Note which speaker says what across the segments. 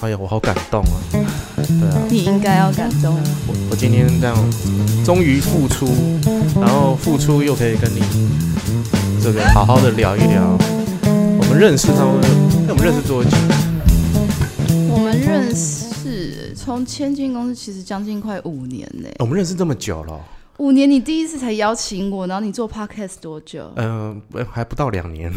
Speaker 1: 哎呀，我好感动啊！对啊，
Speaker 2: 你应该要感动。
Speaker 1: 我我今天这样，终于付出，然后付出又可以跟你这个好好的聊一聊。我们认识他们，那我们认识多久？
Speaker 2: 我们认识从千金公司其实将近快五年呢、
Speaker 1: 我们认识这么久了哦，
Speaker 2: 五年你第一次才邀请我，然后你做 podcast 多久
Speaker 1: 嗯、呃，还不到两年，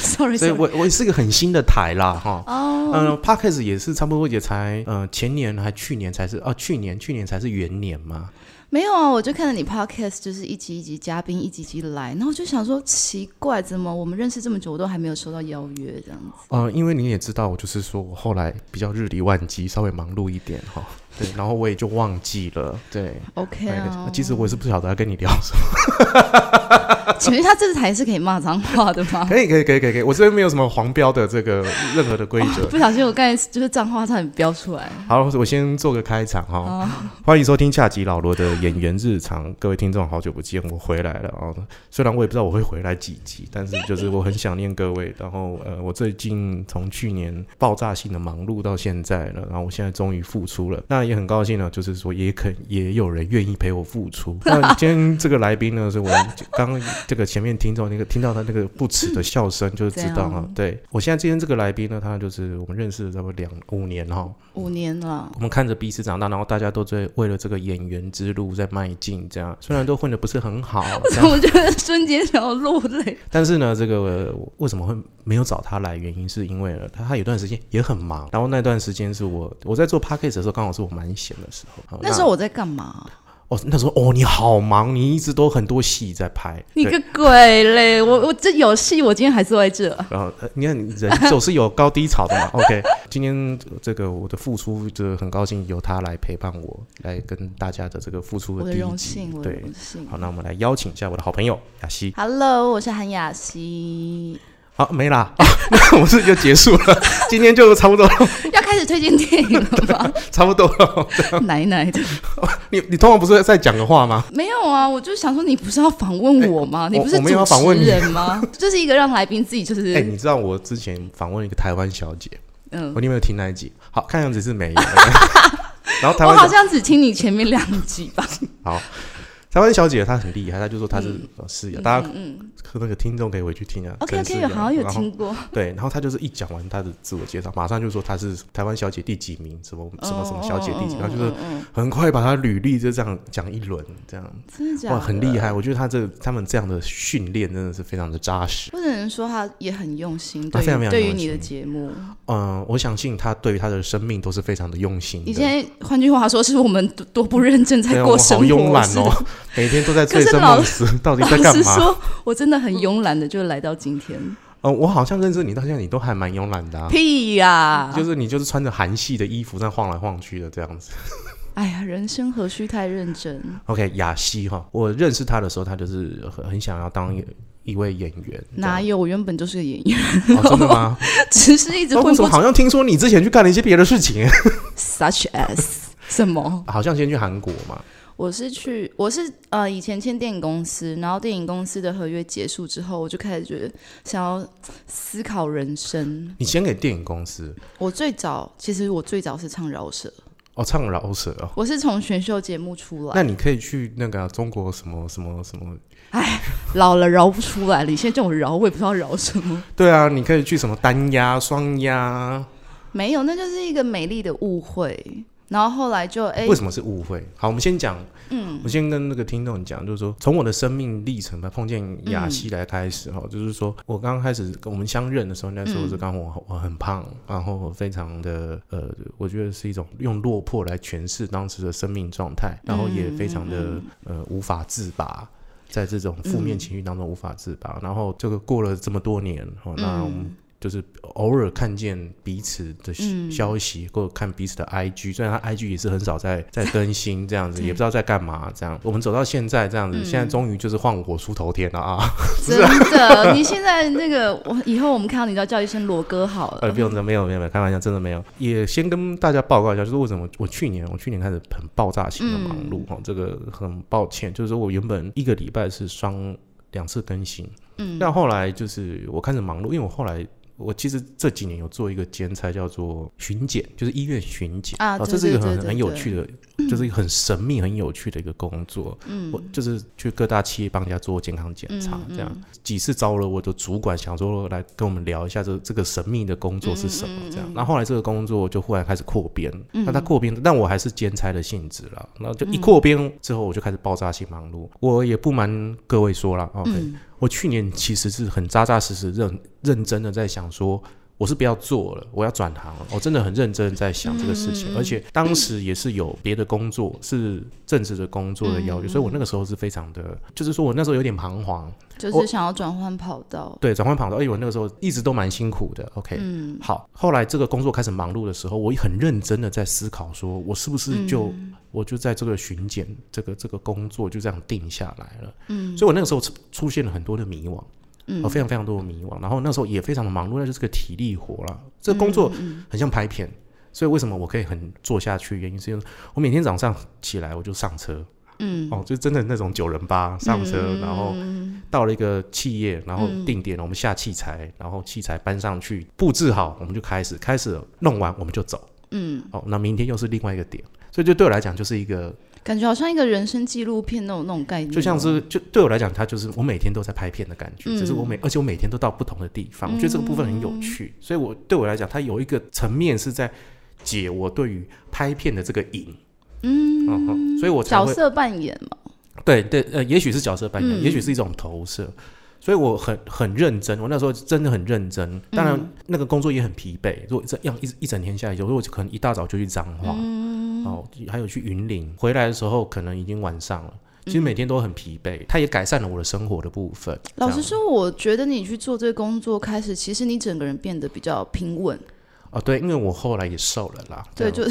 Speaker 2: ？Sorry，
Speaker 1: 所以
Speaker 2: sorry
Speaker 1: 我我也哎是个很新的台啦，哈。
Speaker 2: 哦，
Speaker 1: 嗯、p a r k e s 也是差不多，也才呃前年还去年才是哦、去年去年才是元年嘛。
Speaker 2: 没有啊，我就看着你 podcast 就是一集一集嘉宾一集一集来，然后我就想说奇怪，怎么我们认识这么久，我都还没有收到邀约这样子？
Speaker 1: 呃，因为你也知道，我就是说我后来比较日理万机，稍微忙碌一点哈。对，然后我也就忘记了。哎对，
Speaker 2: OK
Speaker 1: 那
Speaker 2: 啊
Speaker 1: 个，其实我也是不晓得要跟你聊什么。
Speaker 2: 请问一下，这台是可以骂脏话的 吗？
Speaker 1: 可以，可以，可以，可以，可以。我这边没有什么黄标的这个任何的规则。
Speaker 2: 不小心我刚才就是脏话差点飙出来。
Speaker 1: 好，我先做个开场哈、欢迎收听下集老罗的演员日常。各位听众，好久不见，我回来了哦。虽然我也不知道我会回来几集，但是就是我很想念各位。然后呃，我最近从去年爆炸性的忙碌到现在了，然后我现在终于复出了，那也很高兴呢，就是说也肯也有人愿意陪我付出。那今天这个来宾呢，是我刚刚这个前面听众那个听到他那个不耻的笑声，就是知道啊
Speaker 2: 嗯，
Speaker 1: 对我现在今天这个来宾呢，他就是我们认识了差不多两五年哈、
Speaker 2: 五年 了，
Speaker 1: 我们看着彼此长大，然后大家都在为了这个演员之路在迈进，这样虽然都混的不是很 好，这样
Speaker 2: 我觉得瞬间想要落泪。
Speaker 1: 但是呢，这个、呃我为什么会没有找他来？原因是因为呢他他有段时间也很忙，然后那段时间是我我在做 p a c k a g e 的时候，刚好是我蛮闲的时候。好
Speaker 2: 那时候我在干嘛？啊
Speaker 1: 哦，那时候哦，你好忙，你一直都很多戏在拍。
Speaker 2: 你
Speaker 1: 对
Speaker 2: 个鬼嘞！我我这有戏，我今天还坐在这。
Speaker 1: 然后，呃你看人总是有高低潮的 嘛。OK，今天这个我的付出，就是很高兴由他来陪伴我，来跟大家的这个付出
Speaker 2: 我
Speaker 1: 的
Speaker 2: 的
Speaker 1: 第
Speaker 2: 荣
Speaker 1: 一集
Speaker 2: 幸，我的
Speaker 1: 对
Speaker 2: 荣幸。
Speaker 1: 好，那我们来邀请一下我的好朋友雅西。
Speaker 2: Hello，我是韩雅希，
Speaker 1: 好，没啦，啊 那我们是就结束了， 今天就差不多了，
Speaker 2: 要开始推荐电影了
Speaker 1: 差不多了。
Speaker 2: 吗？奶奶的，
Speaker 1: 你你通常不是在讲个话吗？
Speaker 2: 没有啊，我就想说，你不是要访问我吗？你不是
Speaker 1: 哎我我没有要访
Speaker 2: 主
Speaker 1: 问
Speaker 2: 持
Speaker 1: 你
Speaker 2: 人吗？就是一个让来宾自己就
Speaker 1: 哎、
Speaker 2: 是
Speaker 1: 你知道我之前访问一个台湾小姐，
Speaker 2: 嗯
Speaker 1: 我，你有没有听那一集？好看样子是 没有。然后台
Speaker 2: 我
Speaker 1: 湾
Speaker 2: 好
Speaker 1: 小
Speaker 2: 像只听你前面两集 吧。
Speaker 1: 台湾小姐她很厉害，她就说她是、呃是呀，大家
Speaker 2: 嗯嗯
Speaker 1: 那个听众可以回去听啊。
Speaker 2: ，OK
Speaker 1: 真是
Speaker 2: OK，
Speaker 1: 的
Speaker 2: 有好像有
Speaker 1: 然后
Speaker 2: 听过，
Speaker 1: 对，然后她就是一讲完她的自我介绍，马上就说她是台湾小姐第几名，什么什么什么小姐第几，名，
Speaker 2: 嗯
Speaker 1: 然后就是
Speaker 2: 嗯嗯嗯
Speaker 1: 很快把她履历就这样讲一轮，这样。
Speaker 2: 嗯真的假的？
Speaker 1: 哇，很厉害！我觉得他这他们这样的训练真的是非常的扎实。
Speaker 2: 不能说他也很用心，
Speaker 1: 他
Speaker 2: 对
Speaker 1: 啊非常非
Speaker 2: 于
Speaker 1: 常
Speaker 2: 对于
Speaker 1: 用
Speaker 2: 你的
Speaker 1: 心
Speaker 2: 节目，
Speaker 1: 嗯，我相信他对于他的生命都是非常的用心
Speaker 2: 你
Speaker 1: 的。
Speaker 2: 现在换句话说，是我们多多不认真
Speaker 1: 对
Speaker 2: 在
Speaker 1: 啊
Speaker 2: 过
Speaker 1: 我
Speaker 2: 生
Speaker 1: 好
Speaker 2: 活，
Speaker 1: 慵懒
Speaker 2: 是 的
Speaker 1: 哦，每天都在醉
Speaker 2: 可是
Speaker 1: 生
Speaker 2: 老
Speaker 1: 梦死，到底在
Speaker 2: 老
Speaker 1: 干
Speaker 2: 实
Speaker 1: 嘛？
Speaker 2: 说，我真的很慵懒的，就来到今天。
Speaker 1: 嗯，我好像认识你到现在，你都还蛮慵懒的、啊，
Speaker 2: 屁呀、
Speaker 1: 就是你就是穿着韩系的衣服在晃来晃去的这样子。
Speaker 2: 哎呀，人生何须太认真？
Speaker 1: OK，雅西哈，我认识他的时候，他就是很很想要当一一位演员。
Speaker 2: 哪有？我原本就是个演员，
Speaker 1: 这样哦，真的吗？
Speaker 2: 只是一直
Speaker 1: 哦
Speaker 2: 混
Speaker 1: 为什
Speaker 2: 不
Speaker 1: 么好像听说你之前去干了一些别的事情？
Speaker 2: such as 什么？
Speaker 1: 好像先去韩国嘛。
Speaker 2: 我是去，我是呃，以前签电影公司，然后电影公司的合约结束之后，我就开始觉得想要思考人生。
Speaker 1: 你先给电影公司
Speaker 2: 我最早，其实我最早是唱饶舌，
Speaker 1: 哦，唱饶舌哦。
Speaker 2: 我是从选秀节目出来，
Speaker 1: 那你可以去那个啊、中国什么什么什么？
Speaker 2: 老了饶不出来了。你现在叫我饶，我也不知道饶什么。
Speaker 1: 对啊，你可以去什么单压、双压？
Speaker 2: 没有，那就是一个美丽的误会。然后后来就 哎，
Speaker 1: 为什么是误会？好，我们先讲，嗯，我先跟那个听众讲，就是说从我的生命历程吧，碰见雅西来开始哈、就是说我刚开始跟我们相认的时候，那时候是刚好我我很胖，然后非常的呃，我觉得是一种用落魄来诠释当时的生命状态，然后也非常的、呃无法自拔。在这种负面情绪当中无法自拔，然后这个过了这么多年，哦，那我们就是偶尔看见彼此的消消息，或者看彼此的 IG，虽然他 IG 也是很少在在更新这样子，也不知道在干嘛这样。我们走到现在这样子，现在终于就是换我出头天了啊！
Speaker 2: 真 的，你现在那个，我以后我们看到你都要叫一声罗哥好
Speaker 1: 呃，
Speaker 2: 了。
Speaker 1: 不用，没有没有没有，开玩笑，真的没有。也先跟大家报告一下，就是为什么我去年我去年开始很爆炸型的忙碌哈、哦，这个很抱歉，就是说我原本一个礼拜是双两次更新，
Speaker 2: 嗯，
Speaker 1: 但后来就是我开始忙碌，因为我后来我其实这几年有做一个兼差，叫做巡检，就是医院巡检
Speaker 2: 啊
Speaker 1: 哦
Speaker 2: 对
Speaker 1: 这是一个
Speaker 2: 对对
Speaker 1: 很
Speaker 2: 对
Speaker 1: 很有
Speaker 2: 对
Speaker 1: 趣 的，就是一个很神秘、很有趣的一个工作。嗯，我就是去各大企业帮人家做健康检
Speaker 2: 嗯
Speaker 1: 查，这样、几次招了我的主管，想说来跟我们聊一下这这个神秘的工作是什
Speaker 2: 嗯
Speaker 1: 么，这样。那、后来这个工作就忽然开始扩编，那它扩编，但我还是兼差的性质了。然后就一
Speaker 2: 嗯
Speaker 1: 扩编之后，我就开始爆炸性忙碌。我也不瞒各位说了，OK，、我
Speaker 2: 嗯
Speaker 1: 去年其实是很扎扎实实认认真的在想说。我是不要做了，我要转行了。我真的很认真地在想这个事情，而且当时也是有别的工作，是正职的工作的要求，所以我那个时候是非常的，就是说我那时候有点彷徨，
Speaker 2: 就是想要转换跑道。嗯
Speaker 1: 对，转换跑道，哎而且我那个时候一直都蛮辛苦的。OK，、好，后来这个工作开始忙碌的时候，我也很认真的在思考说，我是不是就、我就在这个巡检这个这个工作就这样定下来了。嗯，所以我那个时候出出现了很多的迷惘。嗯、非常非常多的迷惘，然后那时候也非常的忙碌，那就是个体力活了。这个工作很像拍片，所以为什么我可以很做下去？原因是因为我每天早上起来我就上车，嗯，哦，就真的那种九人八上车，然后到了一个企业，然后定点，我们下器材，然后器材搬上去，布置好，我们就开始，开始了弄完我们就走。嗯，哦，那明天又是另外一个点，所以就对我来讲就是一个，
Speaker 2: 感觉好像一个人生纪录片那种那种概念哦，
Speaker 1: 就像是就对我来讲，它就是我每天都在拍片的感觉，只是我每而且我每天都到不同的地方，我觉得这个部分很有趣，所以我对我来讲，它有一个层面是在解我对于拍片的这个瘾。嗯，哦所以我才
Speaker 2: 角
Speaker 1: 会
Speaker 2: 色扮演嘛。
Speaker 1: 对对，呃，也许是角色扮
Speaker 2: 嗯
Speaker 1: 演，也许是一种投射。所以我很很认真，我那时候真的很认真。当
Speaker 2: 嗯
Speaker 1: 然，那个工作也很疲惫。如果这样一一整天下来，有时候我可能一大早就去彰化，
Speaker 2: 嗯
Speaker 1: 哦，还有去云林，回来的时候可能已经晚上了。其实每天都很疲惫，它也改善了我的生活的部分。
Speaker 2: 老
Speaker 1: 这
Speaker 2: 实
Speaker 1: 样
Speaker 2: 说，我觉得你去做这个工作开始，其实你整个人变得比较平稳。
Speaker 1: 哦，对，因为我后来也瘦了啦。
Speaker 2: 对
Speaker 1: 这样
Speaker 2: 就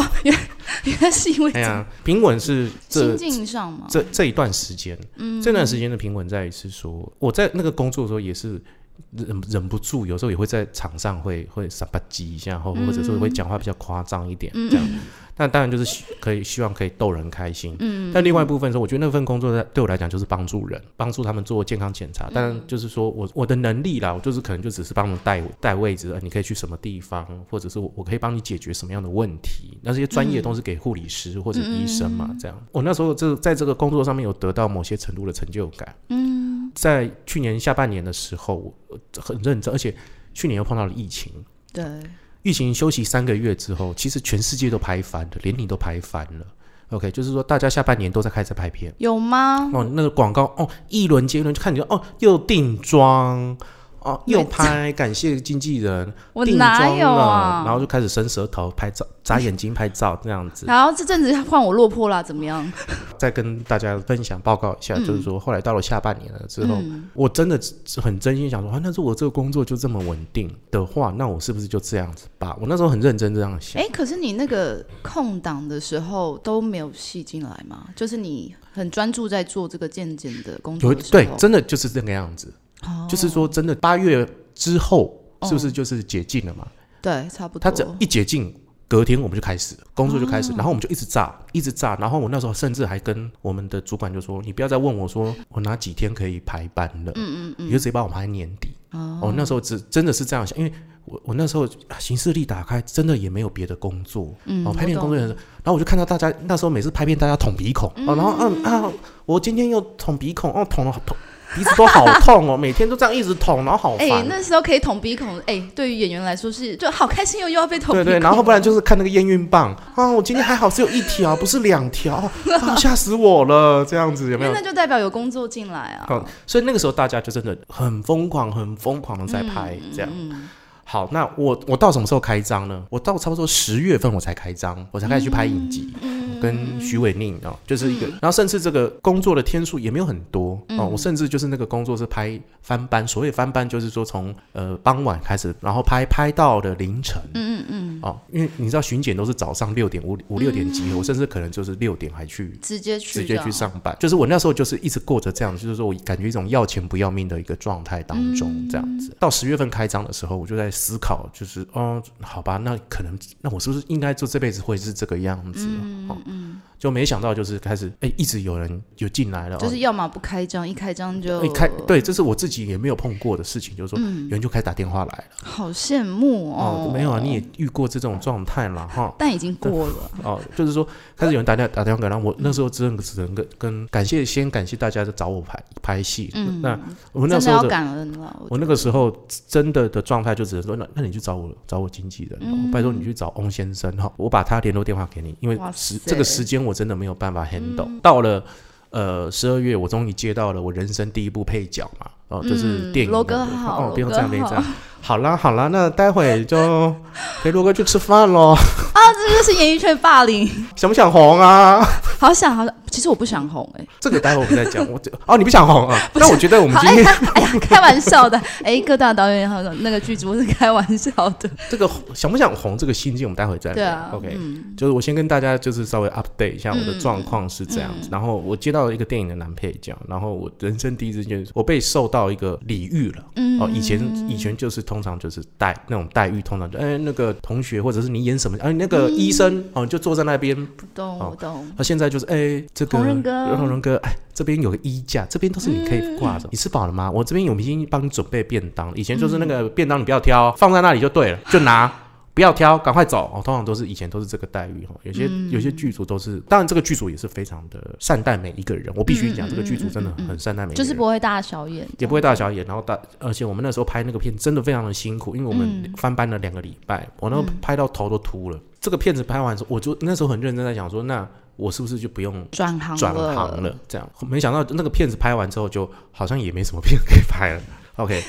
Speaker 1: 子
Speaker 2: 原来是因为
Speaker 1: 哎呀，平稳是这
Speaker 2: 心境嗯上嘛，
Speaker 1: 这这一段时间，这段时间的平稳在于是说，我在那个工作的时候也是忍忍不住，有时候也会在场上会会傻吧唧一下，或或者是会讲话比较夸张一点这样。但当然就是希可以希望可以逗人开心，嗯。但另外一部分说，我觉得那份工作在对我来讲就是帮助人，帮助他们做健康检查。当然就是说我我的能力啦，我就是可能就只是帮忙带带位置，呃你可以去什么地方，或者是我我可以帮你解决什么样的问题。那这些专业的东西给护理师或者医生嘛，这样。我那时候这在这个工作上面有得到某些程度的成就感，嗯。在去年下半年的时候，我很认真，而且去年又碰到了疫情，
Speaker 2: 对，
Speaker 1: 疫情休息三个月之后，其实全世界都拍翻了，连你都拍翻了。OK，就是说大家下半年都在开始拍片
Speaker 2: 有吗？
Speaker 1: 哦，那个广告哦，一轮接一轮，就看你哦，又定妆哦，又拍，感谢经纪人，
Speaker 2: 我
Speaker 1: 定
Speaker 2: 哪
Speaker 1: 妆
Speaker 2: 有
Speaker 1: 了，然后
Speaker 2: 啊？
Speaker 1: 就开始伸舌头拍照，眨眼睛拍照这样子。
Speaker 2: 然后这阵子换我落魄啦，怎么样？
Speaker 1: 再跟大家分享报告一
Speaker 2: 嗯
Speaker 1: 下，就是说后来到了下半年了之后，我真的是很真心想说啊，那如果这个工作就这么稳定的话，那我是不是就这样子吧？我那时候很认真这样想。
Speaker 2: 哎，可是你那个空档的时候都没有戏进来吗？就是你很专注在做这个健检的工
Speaker 1: 有
Speaker 2: 作的时
Speaker 1: 对，
Speaker 2: 候，
Speaker 1: 真的就是这个样子，
Speaker 2: 哦
Speaker 1: 就是说真的，八月之后是不是就是解禁了嘛？
Speaker 2: 对，差不
Speaker 1: 它只要
Speaker 2: 多。
Speaker 1: 一解禁，隔天我们就开始工作就开始，然后我们就一直炸，一直炸。然后我那时候甚至还跟我们的主管就说：“你不要再问我说我哪几天可以排班了，嗯嗯嗯，你就直接把我排年底。”哦，那时候只真的是这样想，因为我我那时候啊行事力打开，真的也没有别的工作，嗯，哦，拍片
Speaker 2: 我
Speaker 1: 工作
Speaker 2: 懂
Speaker 1: 人员，然后我就看到大家那时候每次拍片，大家捅鼻孔，哦，然后嗯啊，我今天又捅鼻孔，哦，捅了好捅鼻子都好痛哦， 每天都这样一直捅，然后好
Speaker 2: 哎、
Speaker 1: 烦。哦
Speaker 2: 那时候可以捅鼻孔，哎、对于演员来说是就好开心哦，又要被 捅
Speaker 1: 对
Speaker 2: 鼻孔。
Speaker 1: 对，然后不然就是看那个验孕棒啊，我今天还好只有一条，不是两条，啊，吓死我了，这样子有没
Speaker 2: 因
Speaker 1: 有
Speaker 2: 为
Speaker 1: 哦
Speaker 2: 那？就代表有工作进来啊。
Speaker 1: 好，所以那个时候大家就真的很疯狂、很疯狂的在拍、这样。好，那我我到什么时候开张呢？我到差不多十月份我才开张，我才开始去拍影集，
Speaker 2: 嗯
Speaker 1: 跟徐伟宁哦，就是一个，然后甚至这个工作的天数也没有很多哦，我甚至就是那个工作是拍翻班，所谓翻班就是说从呃傍晚开始，然后拍拍到的凌晨，嗯嗯嗯，哦，因为你知道巡检都是早上六点五五六点集
Speaker 2: 嗯
Speaker 1: 合，我甚至可能就是六点还去
Speaker 2: 直接去
Speaker 1: 直接
Speaker 2: 这
Speaker 1: 去
Speaker 2: 样
Speaker 1: 上班。就是我那时候就是一直过着这样，就是说我感觉一种要钱不要命的一个状态当中，
Speaker 2: 嗯
Speaker 1: 这样子。到十月份开张的时候，我就在思考，就是
Speaker 2: 嗯
Speaker 1: 哦，好吧，那可能那我是不是应该就这辈子会是这个样子？哦，就没想到就是开始哎、一直有人有进来了，
Speaker 2: 嗯就
Speaker 1: 哦
Speaker 2: 是要么不开张，一开张就
Speaker 1: 一开对，这是我自己也没有碰过的事情，就是说有人就开始打电话来了。
Speaker 2: 好羡慕嗯哦
Speaker 1: 哦，没有啊，你也遇过这种状态了哈。
Speaker 2: 但已经过 了，
Speaker 1: 哦，就是说开始有人打电打电话给我，然后我那时候只能只能跟跟感谢先感谢大家找我拍拍戏。
Speaker 2: 嗯
Speaker 1: 那我那
Speaker 2: 真
Speaker 1: 时
Speaker 2: 的要
Speaker 1: 候的
Speaker 2: 感恩了。
Speaker 1: 我那个时候真的的状态就只能说，那那你去找我找我经纪人哦，
Speaker 2: 嗯
Speaker 1: 拜托你去找翁先生哈，我把他联络电话给你，因为
Speaker 2: 哇
Speaker 1: 时
Speaker 2: 塞嗯
Speaker 1: 这个时间我真的没有办法 handle。到了呃十二月，我终于接到了我人生第一部配角嘛，哦，就是
Speaker 2: 嗯
Speaker 1: 电影的
Speaker 2: 罗
Speaker 1: 部分、
Speaker 2: 哥好
Speaker 1: 哦，不用
Speaker 2: 罗哥
Speaker 1: 赞美
Speaker 2: 好
Speaker 1: 赞。好啦好啦，那待会就陪罗哥去吃饭喽，
Speaker 2: 啊这就是演艺圈霸凌，
Speaker 1: 想不想红啊？
Speaker 2: 好想好想。其实我不想红哎、
Speaker 1: 这个待会我们再讲。我这哦，你不想红 啊？那我觉得我们
Speaker 2: 好
Speaker 1: 今
Speaker 2: 哎
Speaker 1: 天
Speaker 2: 呀哎呀， 开玩笑的哎，各大导演还有那个剧组是开玩笑的，
Speaker 1: 这个想不想红这个心境，我们待会再聊。
Speaker 2: 哎对啊
Speaker 1: OK，、就是我先跟大家就是稍微 update 一下我的状况是这
Speaker 2: 嗯
Speaker 1: 样子。然后我接到了一个电影的男配角，然后我人生第一次就是我被受到一个礼遇了。嗯，哦，以前以前就是通常就是待那种待遇，通常就哎那个同学或者是你演什么，哎那个
Speaker 2: 嗯
Speaker 1: 医生、哦就坐在那边。
Speaker 2: 不懂
Speaker 1: 好
Speaker 2: 我懂，
Speaker 1: 那现在就是哎这个
Speaker 2: 同仁嗯哥
Speaker 1: 同仁哥哎。这边有个衣架，这边都是你可以挂着。
Speaker 2: 嗯
Speaker 1: 你吃饱了吗？我这边有已经帮你准备便当了。以前就是那个
Speaker 2: 嗯
Speaker 1: 便当，你不要挑，放在那里就对了，就拿，不要挑，赶快走。哦，通常都是以前都是这个待遇哈。哦有些、
Speaker 2: 嗯
Speaker 1: 有些剧组都是，当然这个剧组也是非常的善待每一个人。我必须讲，
Speaker 2: 嗯
Speaker 1: 这个剧组真的很善待每一个
Speaker 2: 就
Speaker 1: 人，
Speaker 2: 是不会大小眼，
Speaker 1: 也不会大小眼。然后大，而且我们那时候拍那个片真的非常的辛苦，因为我们翻班了两个礼拜，我那时候拍到头都秃了。这个片子拍完之后，我就那时候很认真在想说，那我是不是就不用
Speaker 2: 转行
Speaker 1: 转行了，这样没想到那个片子拍完之后，就好像也没什么片可以拍了。OK，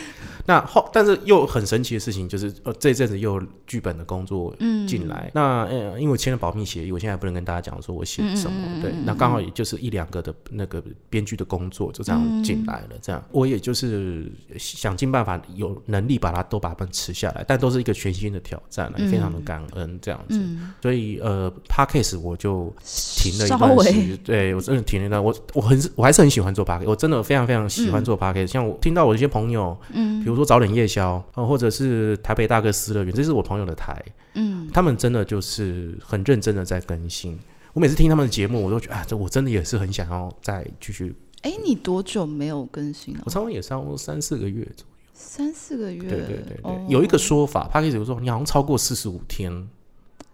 Speaker 1: 那后但是又很神奇的事情就是，呃，这一阵子又有剧本的工作进来，那呃，因为我签了保密协议，我现在不能跟大家讲说我写什么，对，那刚好也就是一两个的那个编剧的工作就这样进来了，这样我也就是想尽办法有能力把它都把它们吃下来，但都是一个全新的挑战了，也非常的感恩这样子，
Speaker 2: 嗯
Speaker 1: 所以呃 p a c k a s e 我就停了一
Speaker 2: 稍
Speaker 1: 段时
Speaker 2: 微
Speaker 1: 间，对我真的停了一段，我我很我还是很喜欢做 p a c k 我真的非常非常喜
Speaker 2: 嗯
Speaker 1: 欢做 p a c k 像我听到我一些朋友，嗯，比如说早点夜宵，呃或者是台北大哥私乐园，这是我朋友的台，嗯，他们真的就是很认真的在更新。我每次听他们的节目，我都觉得啊，这我真的也是很想要再继续。
Speaker 2: 哎，你多久没有更新了
Speaker 1: 我？差不多也差不多三四个月左右，
Speaker 2: 三四个月，
Speaker 1: 对对对对。
Speaker 2: 哦
Speaker 1: 有一个说法 p a c k a s e 有说你好像超过四十五天，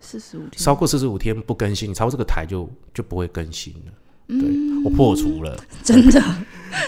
Speaker 2: 四十五天，
Speaker 1: 超过四十五天不更新，你超过这个台就就不会更新了。
Speaker 2: 嗯
Speaker 1: 对、我破除了。
Speaker 2: 真 的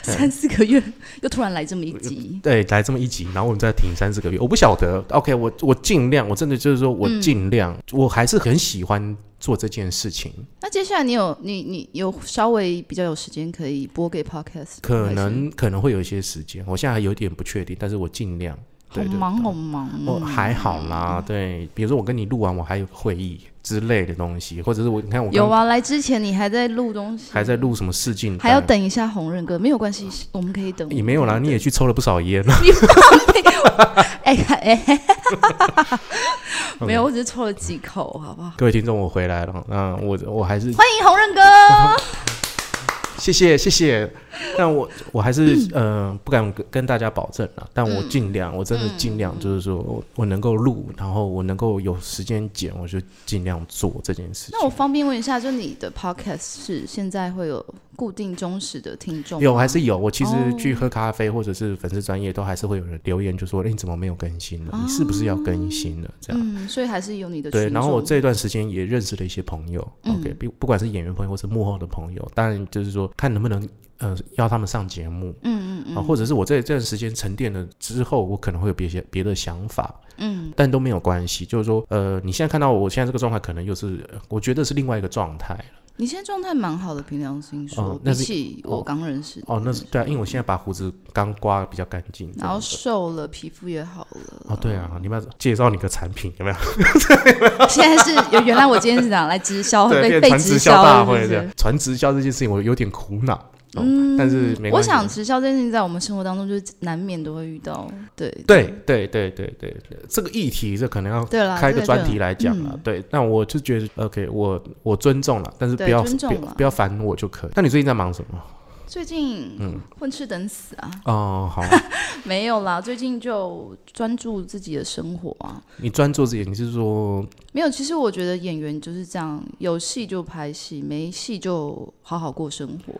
Speaker 2: 三四个月，又突然来这么一集，
Speaker 1: 对，哎来这么一集，然后我们再停三四个月，我不晓得。OK，我我尽量，我真的就是说
Speaker 2: 嗯
Speaker 1: 我尽量，我还是很喜欢做这件事情。
Speaker 2: 那接下来你有你你有稍微比较有时间可以播给 podcast，
Speaker 1: 可能可能会有一些时间，我现在还有点不确定，但是我尽量。对
Speaker 2: 还是好
Speaker 1: 对
Speaker 2: 忙好忙
Speaker 1: 我、
Speaker 2: 哦，
Speaker 1: 还好啦，对，比如说我跟你录完，我还有会议之类的东西，或者是我你看我
Speaker 2: 有
Speaker 1: 刚
Speaker 2: 啊，来之前你还在录东西，
Speaker 1: 还在录什么试镜单，
Speaker 2: 还要等一下红人哥，没有关系，我们可以等。
Speaker 1: 也没有啦，你也去抽了不少烟，
Speaker 2: 哎哎， 没有，我只是抽了几口，好不好？
Speaker 1: 各位听众，我回来了，那我我还是
Speaker 2: 欢迎 红人哥，
Speaker 1: 谢谢谢谢，但我我还是
Speaker 2: 嗯
Speaker 1: 呃不敢跟跟大家保证了，但我尽量，我真的
Speaker 2: 嗯
Speaker 1: 尽量，就是说我我能够录，然后我能够有时间剪，我就尽量做这件事
Speaker 2: 那我
Speaker 1: 情。
Speaker 2: 方便问一下，就你的 podcast 是现在会有固定忠实的听众吗？
Speaker 1: 有还是有，我其实
Speaker 2: 啊哦
Speaker 1: 去喝咖啡或者是粉丝专业，都还是会有人留言，就说：“哎、你怎么没有更新了？你是不是要更新了？”这样。
Speaker 2: 哦嗯，所以还是有嗯你的
Speaker 1: 对，
Speaker 2: 群
Speaker 1: 然后我
Speaker 2: 众嗯
Speaker 1: 这段时间也认识了一些朋友、o k 不不管是演员朋友或是幕后的朋友，当然就是说看能不能呃邀他们上节目，嗯嗯嗯，啊，或者是我这这段时间沉淀了之后，我可能会有别些别的想法，嗯，但都没有关系，就是说呃，你现在看到我现在这个状态，可能又是呃我觉得是另外一个状态了
Speaker 2: 你现在状态蛮好的，凭良心说，
Speaker 1: 哦
Speaker 2: 比
Speaker 1: 那是
Speaker 2: 起我刚认识你
Speaker 1: 哦，那是对啊，因为我现在把胡子刚刮得比较干净，这
Speaker 2: 然后
Speaker 1: 样
Speaker 2: 瘦了，皮肤也好了。
Speaker 1: 哦，对啊，你们要介绍你个产品有没有？
Speaker 2: 现在是有原来我今天是想来直销，
Speaker 1: 对，
Speaker 2: 被
Speaker 1: 变
Speaker 2: 哦被
Speaker 1: 传
Speaker 2: 直
Speaker 1: 直销大
Speaker 2: 了
Speaker 1: 会
Speaker 2: 是不
Speaker 1: 这
Speaker 2: 是
Speaker 1: 样，传直销这件事情我有点苦恼，哦、嗯，但是没
Speaker 2: 我
Speaker 1: 关系。
Speaker 2: 想直销这件事情在我们生活当中就是难免都会遇到，对
Speaker 1: 对对对对对，对这个议题这可能要
Speaker 2: 对啦
Speaker 1: 开个
Speaker 2: 啊这个
Speaker 1: 专
Speaker 2: 就
Speaker 1: 题来讲了
Speaker 2: 嗯。
Speaker 1: 对，那我就觉得 OK，我我尊重了，但是
Speaker 2: 对
Speaker 1: 不要
Speaker 2: 尊重
Speaker 1: 不要
Speaker 2: 啦
Speaker 1: 不要烦我就可以。那你最近在忙什么？
Speaker 2: 最近
Speaker 1: 嗯
Speaker 2: 混吃等死啊，
Speaker 1: 哦，好，
Speaker 2: 没有啦，最近就专注自己的生活啊。
Speaker 1: 你专做自己，你是说
Speaker 2: 没有，其实我觉得演员就是这样，有戏就拍戏，没戏就好好过生活。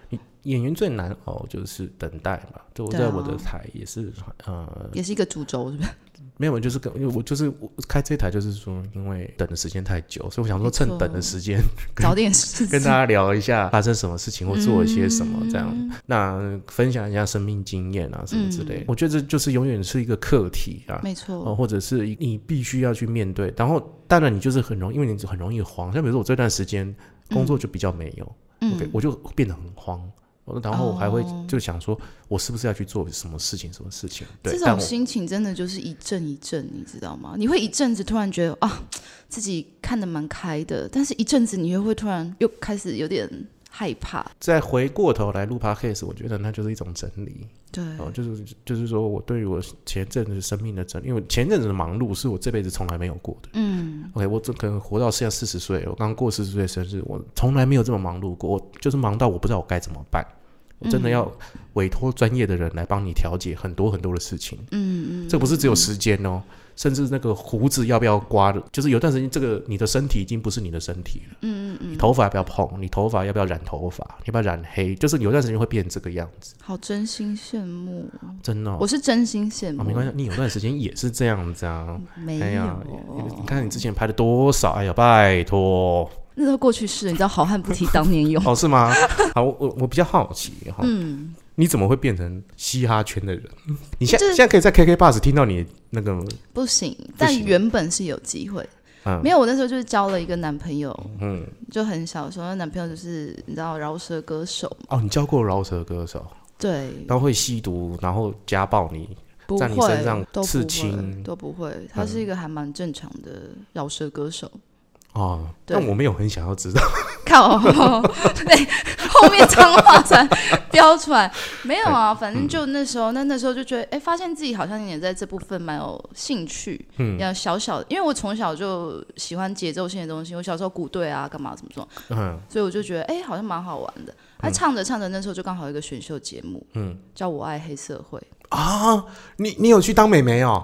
Speaker 1: 演员最难熬就是等待吧？就我
Speaker 2: 对
Speaker 1: 在
Speaker 2: 啊
Speaker 1: 我的台也是，呃，
Speaker 2: 也是一个主轴，是不是？
Speaker 1: 没有，就是跟因为我就是我开这台就是说，因为等的时间太久，所以我想说
Speaker 2: 没
Speaker 1: 趁
Speaker 2: 错
Speaker 1: 等的时间
Speaker 2: 找点事
Speaker 1: 跟大
Speaker 2: 情。
Speaker 1: 家聊一下发生什么事情或做了些什么这样，
Speaker 2: 嗯
Speaker 1: 那分享一下生命经验啊什么之类的。我觉得这就是永远是一个课题啊。
Speaker 2: 没
Speaker 1: 哦，
Speaker 2: 错，
Speaker 1: 或者是你必须要去面对，然后当然你就是很容易，因为你很容易慌。像比如说我这段时间
Speaker 2: 嗯
Speaker 1: 工作就比较没有、o k 我就变得很慌，哦然后我还会
Speaker 2: 哦
Speaker 1: 就想说，我是不是要去做什么事情，什么事情？对
Speaker 2: 这，
Speaker 1: 但我
Speaker 2: 种心情真的就是一阵一阵，你知道吗？你会一阵子突然觉得啊，自己看得蛮开的，但是一阵子你又会突然又开始有点害怕。
Speaker 1: 再回过头来录 podcast，我觉得那就是一种整理。
Speaker 2: 对，
Speaker 1: 哦，就是就是说我对于我前阵子生命的整理，因为前阵子的忙碌是我这辈子从来没有过的。嗯，OK，我这可能活到现在四十岁，我刚过四十岁生日，我从来没有这么忙碌过，我就是忙到我不知道我该怎么办。我真的要委托专业的人来帮你调解很多很多的事情。嗯嗯，这不是只有时间哦，甚至那个胡子要不要刮的，就是有段时间这个你的身体已经不是你的身体了。嗯嗯嗯，头发要不要碰？你头发要不要染头发？你要不要染黑？就是有段时间会变这个样子，
Speaker 2: 好真心羡慕，
Speaker 1: 真的、哦。
Speaker 2: 我是真心羡慕。
Speaker 1: 啊，没关系，你有段时间也是这样子啊。
Speaker 2: 没
Speaker 1: 哎呀，
Speaker 2: 有
Speaker 1: 你，看你之前拍了多少？哎呀，拜 托，
Speaker 2: 那都过去式了，你知道好汉不提当年 勇。
Speaker 1: 哦，是吗？好，我我我比较好奇哈，嗯，你怎么会变成嘻哈圈的人？ 你现在
Speaker 2: 这
Speaker 1: 现在可以在 KK Bus 听到你那个
Speaker 2: 不行，但原本是有机会。
Speaker 1: 嗯
Speaker 2: 没有，我那时候就是交了一个男朋友，嗯，就很小的时候，那男朋友就是你知道饶舌歌手，
Speaker 1: 哦，你教过饶舌歌手，
Speaker 2: 对，
Speaker 1: 然后会吸毒，然后家暴你，
Speaker 2: 不
Speaker 1: 在
Speaker 2: 会
Speaker 1: 你身上
Speaker 2: 都
Speaker 1: 刺
Speaker 2: 不
Speaker 1: 青嗯
Speaker 2: 会都不会，他是一个还蛮正常的饶舌歌手。
Speaker 1: 哦，
Speaker 2: 对
Speaker 1: 但我没有很想要知道，
Speaker 2: 靠， 对，后面脏话才飙出来。没有
Speaker 1: 哎
Speaker 2: 啊，反正
Speaker 1: 嗯
Speaker 2: 就那时候，那那时候就觉得，哎、发现自己好像也在这部分蛮有兴趣，嗯，要小小，因为我从小就喜欢节奏性的东西，我小时候鼓队啊，干嘛什么什么，
Speaker 1: 嗯，
Speaker 2: 所以我就觉得，哎、好像蛮好玩的。哎、唱着唱着，那时候就刚好有一个选秀节目，嗯，叫《我爱黑社会》，
Speaker 1: 你你有去当美眉哦，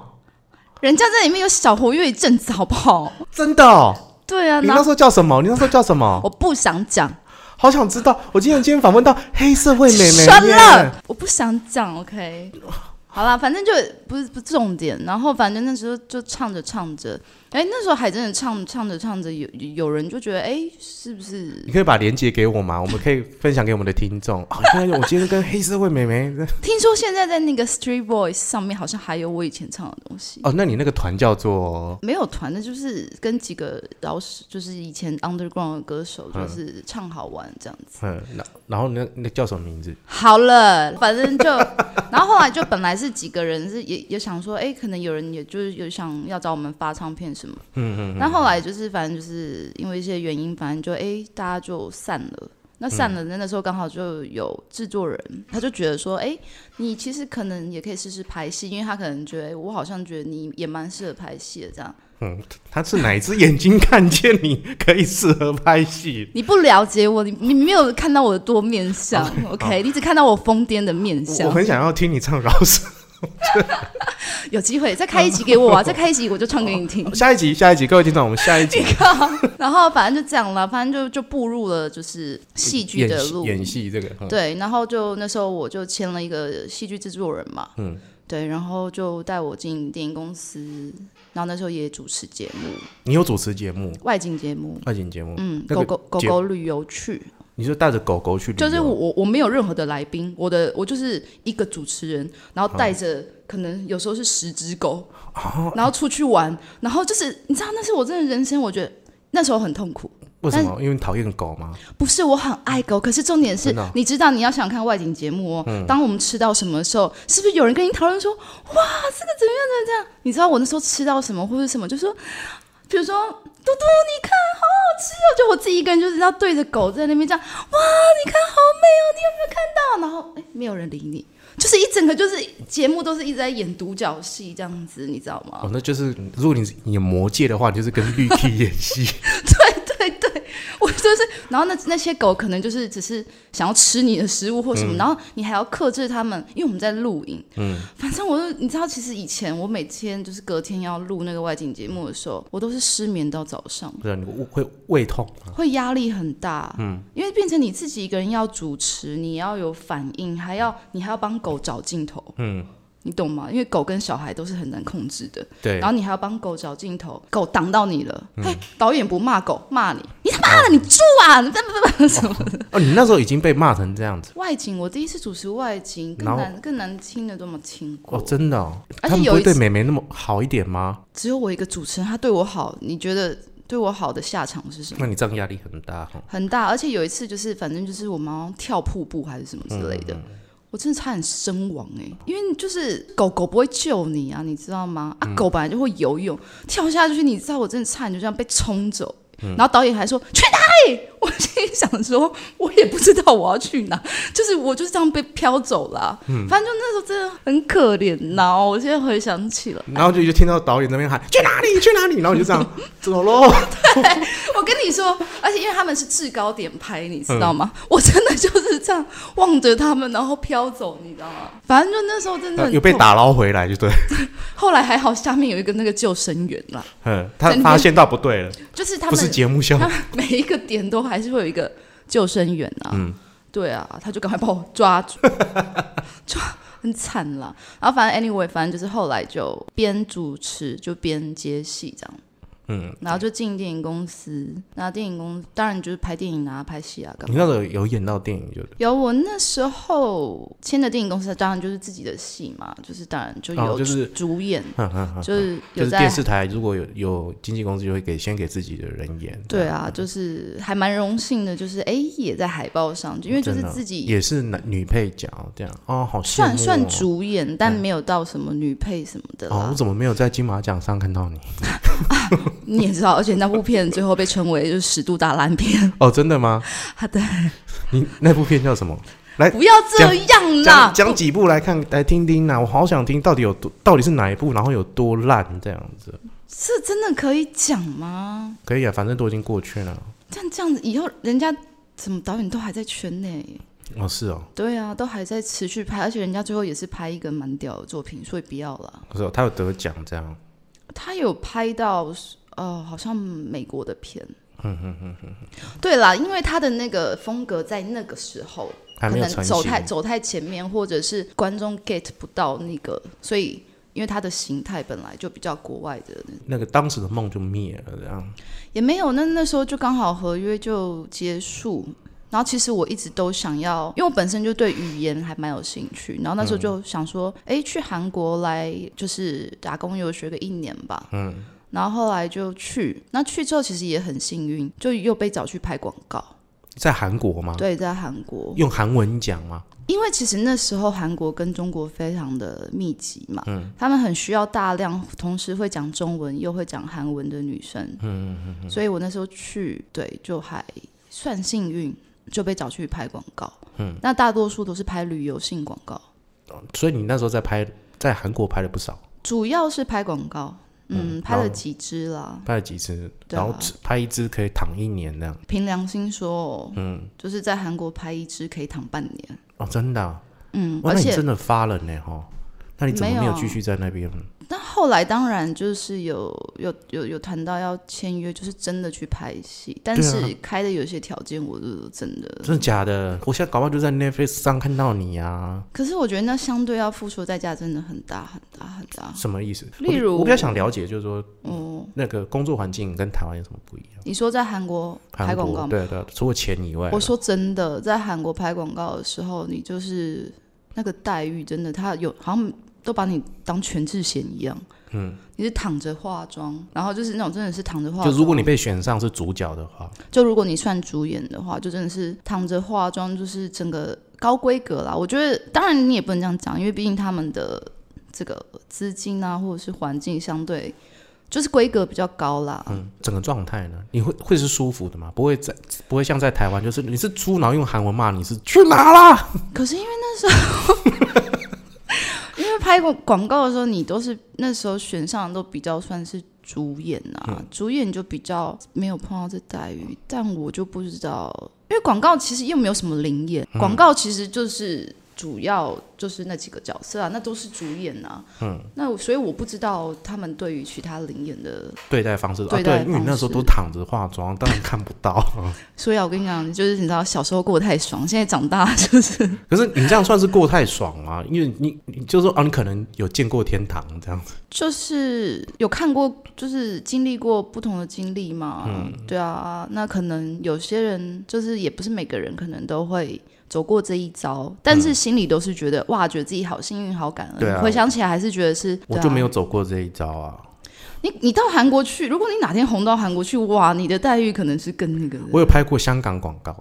Speaker 2: 人家在里面有小活跃一阵子，好不好？
Speaker 1: 真的哦，
Speaker 2: 对啊，
Speaker 1: 你
Speaker 2: 然
Speaker 1: 那时
Speaker 2: 后
Speaker 1: 候叫什么？你那时候叫什么？
Speaker 2: 我不想讲，
Speaker 1: 好想知道，我今天今天访问到黑社会美眉，
Speaker 2: 删了，我不想讲，OK。好啦，反正就不是不重点，然后反正那时候就唱着唱着，哎、那时候还真的唱唱着唱着，有有人就觉得，哎、是不是
Speaker 1: 你可以把链接给我吗？我们可以分享给我们的听众。啊，现在我今天跟黑社会美眉，
Speaker 2: 听说现在在那个 Street Voice 上面好像还有我以前唱的东西？
Speaker 1: 哦，那你那个团叫做
Speaker 2: 没有团的，就是跟几个老师，就是以前 Underground 的歌手，就是唱好玩这样子。
Speaker 1: 嗯，然然后那那叫什么名字？
Speaker 2: 好了，反正就， 然后后来就本来是几个人是也也想说，哎、可能有人也就是有想要找我们发唱片什么，嗯嗯，但后来就是反正就是因为一些原因，反正就哎、诶大家就散了。那散了，那那时候刚好就有制作人，他就觉得说，哎、你其实可能也可以试试拍戏，因为他可能觉得、诶我好像觉得你也蛮适合拍戏的这样。
Speaker 1: 他是哪只眼睛看见你可以适合拍戏？
Speaker 2: 你不了解我，你你没有看到我的多面相，OK？你只看到我疯癫的面
Speaker 1: 我
Speaker 2: 相
Speaker 1: 我。很想要听你唱饶舌。。
Speaker 2: 有机会再开一集给我啊！再开一集我就唱给你听
Speaker 1: 下一集，下一集，各位听众，我们下 一集
Speaker 2: 然后反正就这样了，反正就就步入了就是戏剧
Speaker 1: 演
Speaker 2: 的
Speaker 1: 戏
Speaker 2: 路。
Speaker 1: 演戏这个。嗯
Speaker 2: 对，然后就那时候我就签了一个戏剧制作人嘛，嗯，对，然后就带我进电影公司，然后那时候也主持节目，
Speaker 1: 你有主持节目，
Speaker 2: 外景节目，
Speaker 1: 外景节目，
Speaker 2: 嗯，
Speaker 1: 那个
Speaker 2: 狗狗狗
Speaker 1: 节
Speaker 2: 狗旅游去，
Speaker 1: 你就带着狗狗去旅游，
Speaker 2: 就是我我我没有任何的来宾，我的我就是一个主持人，然后带
Speaker 1: 嗯
Speaker 2: 着可能有时候是十只狗，
Speaker 1: 哦
Speaker 2: 然后出去玩，然后就是你知道那是我真的人生，我觉得那时候很痛苦。
Speaker 1: 为什么？因为你讨厌狗吗？
Speaker 2: 不是我很爱狗，可是重点是，
Speaker 1: 真的嗯哦
Speaker 2: 你知道你要想看外景节目哦。当我们吃到什么的时候，是不是有人跟你讨论说，哇，这个怎么样怎么样？你知道我那时候吃到什么或者什么，就说，比如说嘟嘟，你看好好吃哦，就我自己一个人就是要对着狗在那边这样，哇，你看好美哦，你有没有看到？然后哎，没有人理你，就是一整个就是节目都是一直在演独角戏这样子，你知道
Speaker 1: 哦
Speaker 2: 吗？
Speaker 1: 哦，那就是如果你你有魔戒的话，你就是跟绿 T 演戏。
Speaker 2: 对对对， 我就是，然后那那些狗可能就是只是想要吃你的食物或什么，然后你还要克制它们，因为我们在录影。嗯， 反正我就你知道，其实以前我每天就是隔天要录那个外景节目的时候，我都是失眠到早上，
Speaker 1: 不然你会胃痛吗？
Speaker 2: 会压力很大。嗯，因为变成你自己一个人要主持，你要有反应，还要你还要帮狗找镜头。
Speaker 1: 嗯，
Speaker 2: 你懂吗？因为狗跟小孩都是很难控制的，
Speaker 1: 对
Speaker 2: 然，后你还要帮狗找镜头，狗挡到你了，嘿，导演不骂狗，骂你，你他妈的，你住啊！你不不不什么的？
Speaker 1: 哦，你那时候已经被骂成这样子
Speaker 2: 外景，我第一次主持外景，更
Speaker 1: 然后
Speaker 2: 难更难听的都没听过
Speaker 1: 哦，。真的哦，
Speaker 2: 而且
Speaker 1: 他们不
Speaker 2: 有
Speaker 1: 会
Speaker 2: 一次
Speaker 1: 对美眉那么好一点吗？
Speaker 2: 只有我一个主持人，他对我好，你觉得对我好的下场是什么？
Speaker 1: 那你这样压力很大哦哈。
Speaker 2: 很大，而且有一次就是，反正就是我们好像跳瀑布还是什么之类的，我真的差点身亡哎、因为就是狗狗不会救你啊，你知道吗？啊，狗本来就会游泳，跳下去，你知道我真的差点就这样被冲走。然后导演还说去哪里？ 我心里想说，我也不知道我要去哪，就是我就是这样被飘走了啊、反正就那时候真的很可怜呐、我现在回想起来，
Speaker 1: 然后就就听到导演那边喊去哪里去哪里，然后你就这样 走喽。
Speaker 2: 我跟你说，而且因为他们是制高点拍，你
Speaker 1: 嗯
Speaker 2: 知道吗？我真的就是这样望着他们，然后飘走，你知道吗？反正就那时候真的
Speaker 1: 啊
Speaker 2: 很
Speaker 1: 有被
Speaker 2: 痛。
Speaker 1: 打捞回来就对，
Speaker 2: 后来还好，下面有一个那个救生员啦，
Speaker 1: 嗯，他
Speaker 2: 在那边
Speaker 1: 发现到不对了，
Speaker 2: 就是他
Speaker 1: 不是
Speaker 2: 们
Speaker 1: 节目效
Speaker 2: 他
Speaker 1: 果，
Speaker 2: 们 每一个点都还是会有一个救生员啊。
Speaker 1: 嗯
Speaker 2: 对啊，他就赶快把我抓住， 抓很惨啦。然后反正 anyway，反正就是后来就边主持就边接戏这样。
Speaker 1: 嗯。
Speaker 2: 然后就进电影公司，然后电影公当然就是拍电影啊、拍戏啊，干 嘛
Speaker 1: 你那时候有演到电影就
Speaker 2: 有，我那时候签的电影公司，当然就是自己的戏嘛，就是当然就有、
Speaker 1: 哦就是
Speaker 2: 主演，
Speaker 1: 哼哼哼
Speaker 2: 就是
Speaker 1: 就
Speaker 2: 有
Speaker 1: 是
Speaker 2: 在
Speaker 1: 电视台如果有有经纪公司就会给先给自己的人演，
Speaker 2: 对啊，就是还蛮荣幸的，就是哎也在海报上，因为就是
Speaker 1: 真的
Speaker 2: 自己
Speaker 1: 也是男女配角这样哦，好羡慕
Speaker 2: 算
Speaker 1: 哦嗯
Speaker 2: 算主啊演，但没有到什么女配什么的
Speaker 1: 哦，
Speaker 2: 啦
Speaker 1: 我。怎么没有在金马奖上看到你？
Speaker 2: 你也知道，而且那部片最后被称为就是十度大 烂片，
Speaker 1: 哦，真的 吗？
Speaker 2: 好的，
Speaker 1: 你那部片叫什么？
Speaker 2: 不要这样啦
Speaker 1: 讲。讲几部来看来听听啊呐、我好想听到底有多，到底是哪一部，然后有多烂这样子。
Speaker 2: 这真的可以讲吗？
Speaker 1: 可以啊，反正都已经过去了。
Speaker 2: 这样这样子，以后人家怎么导演都还在圈内。
Speaker 1: 哦，是哦，
Speaker 2: 对啊，都还在持续拍，而且人家最后也是拍一个蛮屌的作品，所以不要啦。
Speaker 1: 不是哦，他有得奖这样。
Speaker 2: 他有拍到呃，好像美国的片。对啦，因为他的那个风格在那个时候
Speaker 1: 还
Speaker 2: 可
Speaker 1: 没有
Speaker 2: 能
Speaker 1: 成
Speaker 2: 走
Speaker 1: 型
Speaker 2: 太走太前面，或者是观众 get 不到那个，所以因为他的形态本来就比较国外的那，
Speaker 1: 那个当时的梦就灭了，这样。
Speaker 2: 也没有那那时候就刚好合约就结束。然后其实我一直都想要，因为我本身就对语言还蛮有兴趣，然后那时候就想说，哎、去韩国来就是打工游学个一年吧。嗯。然后后来就去，那去之后其实也很幸运，就又被找去拍广告。
Speaker 1: 在韩国吗？
Speaker 2: 对，在韩国，
Speaker 1: 用韩文讲吗？
Speaker 2: 因为其实那时候韩国跟中国非常的密集嘛，
Speaker 1: 嗯
Speaker 2: 他们很需要大量同时会讲中文又会讲韩文的女生，
Speaker 1: 嗯
Speaker 2: 所以我那时候去，对，就还算幸运，就被找去拍广告，
Speaker 1: 嗯
Speaker 2: 那大多数都是拍旅游性广告，
Speaker 1: 所以你那时候在拍，在韩国拍了不少，
Speaker 2: 主要是拍广告，嗯，拍
Speaker 1: 然
Speaker 2: 了
Speaker 1: 后
Speaker 2: 几支啦，
Speaker 1: 拍了几支，
Speaker 2: 对啊
Speaker 1: 然后只拍一支可以躺一年这样。
Speaker 2: 凭良心说、哦，
Speaker 1: 嗯
Speaker 2: 就是在韩国拍一支可以躺半年，
Speaker 1: 哦，真的、啊，
Speaker 2: 嗯，
Speaker 1: 哇，
Speaker 2: 而
Speaker 1: 那你
Speaker 2: 且
Speaker 1: 真的发了呢，哈。那你怎么
Speaker 2: 没
Speaker 1: 没有
Speaker 2: 有啊
Speaker 1: 继续在那边？
Speaker 2: 但后来当然就是有有有有谈到要签约，就是真的去拍戏，但
Speaker 1: 对啊
Speaker 2: 是开的有些条件我就真的。
Speaker 1: 真的假的？我现在搞不好就在 Netflix 上看到你啊。
Speaker 2: 可是我觉得那相对要付出的代价真的很大很大很大。
Speaker 1: 什么意思？
Speaker 2: 例如
Speaker 1: 我比，我比较想了解，就是说
Speaker 2: 哦，
Speaker 1: 那个工作环境跟台湾有什么不一样？
Speaker 2: 你说在韩国拍
Speaker 1: 韩
Speaker 2: 广
Speaker 1: 国
Speaker 2: 告吗？
Speaker 1: 对对，除了钱以外，啊
Speaker 2: 我说真的，在韩国拍广告的时候，你就是那个待遇真的，他有好像都把你当全智贤一样。嗯，你是躺着化妆，然后就是那种真的是躺着化
Speaker 1: 就
Speaker 2: 妆。
Speaker 1: 如果你被选上是主角的话，
Speaker 2: 就如果你算主演的话，就真的是躺着化妆，就是整个高规格啦。我觉得，当然你也不能这样讲，因为毕竟他们的这个资金啊，或者是环境相对就是规格比较高啦。
Speaker 1: 嗯，整个状态呢，你会会是舒服的吗？不会在不会像在台湾，就是你是猪，然后用韩文骂你是去哪啦？
Speaker 2: 可是因为那时候，因为拍广广告的时候，你都是那时候选上的都比较算是主演啊，主演就比较没有碰到这待遇，但我就不知道，因为广告其实又没有什么灵验，广告其实就是主要就是那几个角色啊，那都是主演啊，嗯，那我所以我不知道他们对于其他灵演的，
Speaker 1: 对待方式啊，
Speaker 2: 对
Speaker 1: 对
Speaker 2: 待，
Speaker 1: 因为你那时候
Speaker 2: 方式
Speaker 1: 都躺着化妆，当然看不到。
Speaker 2: 所以啊，我跟你讲，就是你知道小时候过得太爽，现在长大就是
Speaker 1: 可是你这样算是过太爽啊，因为你你就说啊，你可能有见过天堂这样子，
Speaker 2: 就是有看过，就是经历过不同的经历嘛。
Speaker 1: 嗯
Speaker 2: 对啊，那可能有些人就是也不是每个人可能都会走过这一遭，但是心里都是觉得、哇，觉得自己好幸运、好感恩。
Speaker 1: 嗯对啊
Speaker 2: 回想起来还是觉得是，
Speaker 1: 我
Speaker 2: 对啊
Speaker 1: 就没有。走过这一招啊。
Speaker 2: 你你到韩国去，如果你哪天红到韩国去，哇，你的待遇可能是更那个的
Speaker 1: 我有拍过香港广告，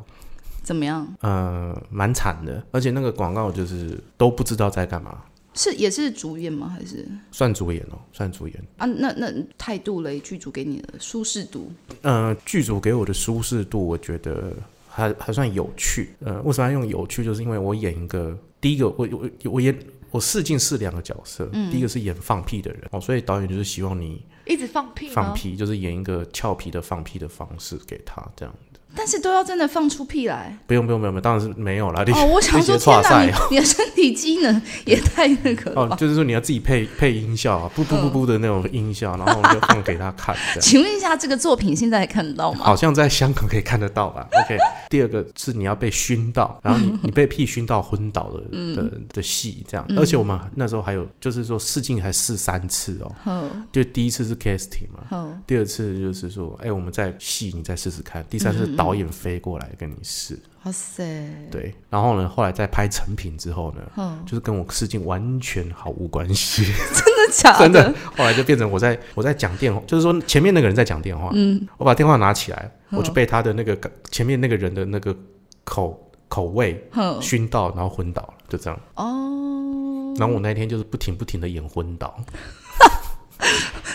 Speaker 2: 怎么样？
Speaker 1: 呃，蛮惨的，而且那个广告就是都不知道在干嘛，
Speaker 2: 是也是主演吗？还是
Speaker 1: 算主演哦，算主演。
Speaker 2: 啊？那那态度嘞，剧组给你的舒适度，
Speaker 1: 呃，剧组给我的舒适度，我觉得还还算有趣。呃，为什么要用有趣？就是因为我演一个第一个，我我我演我试镜试两个角色，第一个是演放屁的人哦，所以导演就是希望你
Speaker 3: 一直放屁吗？
Speaker 1: 放屁，就是演一个俏皮的放屁的方式给他这样。
Speaker 2: 但是都要真的放出屁来。
Speaker 1: 不用不用不用，当然是没有啦。你
Speaker 2: 哦，我想
Speaker 1: 那些
Speaker 2: 说，天
Speaker 1: 跨
Speaker 2: 哪，
Speaker 1: 赛啊
Speaker 2: 你 你的身体机能也太那个了
Speaker 1: 哦
Speaker 2: 吧？，
Speaker 1: 就是说你要自己配配音效啊，不不不不的那种音效，然后我就放给他 看，这样
Speaker 2: 请问一下，这个作品现在还看得到吗？
Speaker 1: 好像在香港可以看得到吧 ？OK，第二个是你要被熏到，然后你你被屁熏到昏倒的的的戏这样，而且我们那时候还有就是说试镜还试三次哦，
Speaker 2: 好，
Speaker 1: 就第一次是 casting 嘛，
Speaker 2: 好，
Speaker 1: 第二次就是说，哎，我们再戏你再试试看，第三次是导演飞过来跟你试，
Speaker 2: 哇塞，
Speaker 1: 嗯对，然后呢，后来在拍成品之后呢，
Speaker 2: 嗯
Speaker 1: 就是跟我试镜完全毫无关系。
Speaker 2: 真的 假
Speaker 1: 真的，后来就变成我在我在讲电话，就是说前面那个人在讲电话，嗯，我把电话拿起来，我就被他的那个前面那个人的那个口口味
Speaker 2: 哼
Speaker 1: 熏到，然后昏倒了，就这样。
Speaker 2: 哦，
Speaker 1: 然后我那一天就是不停不停的演昏倒，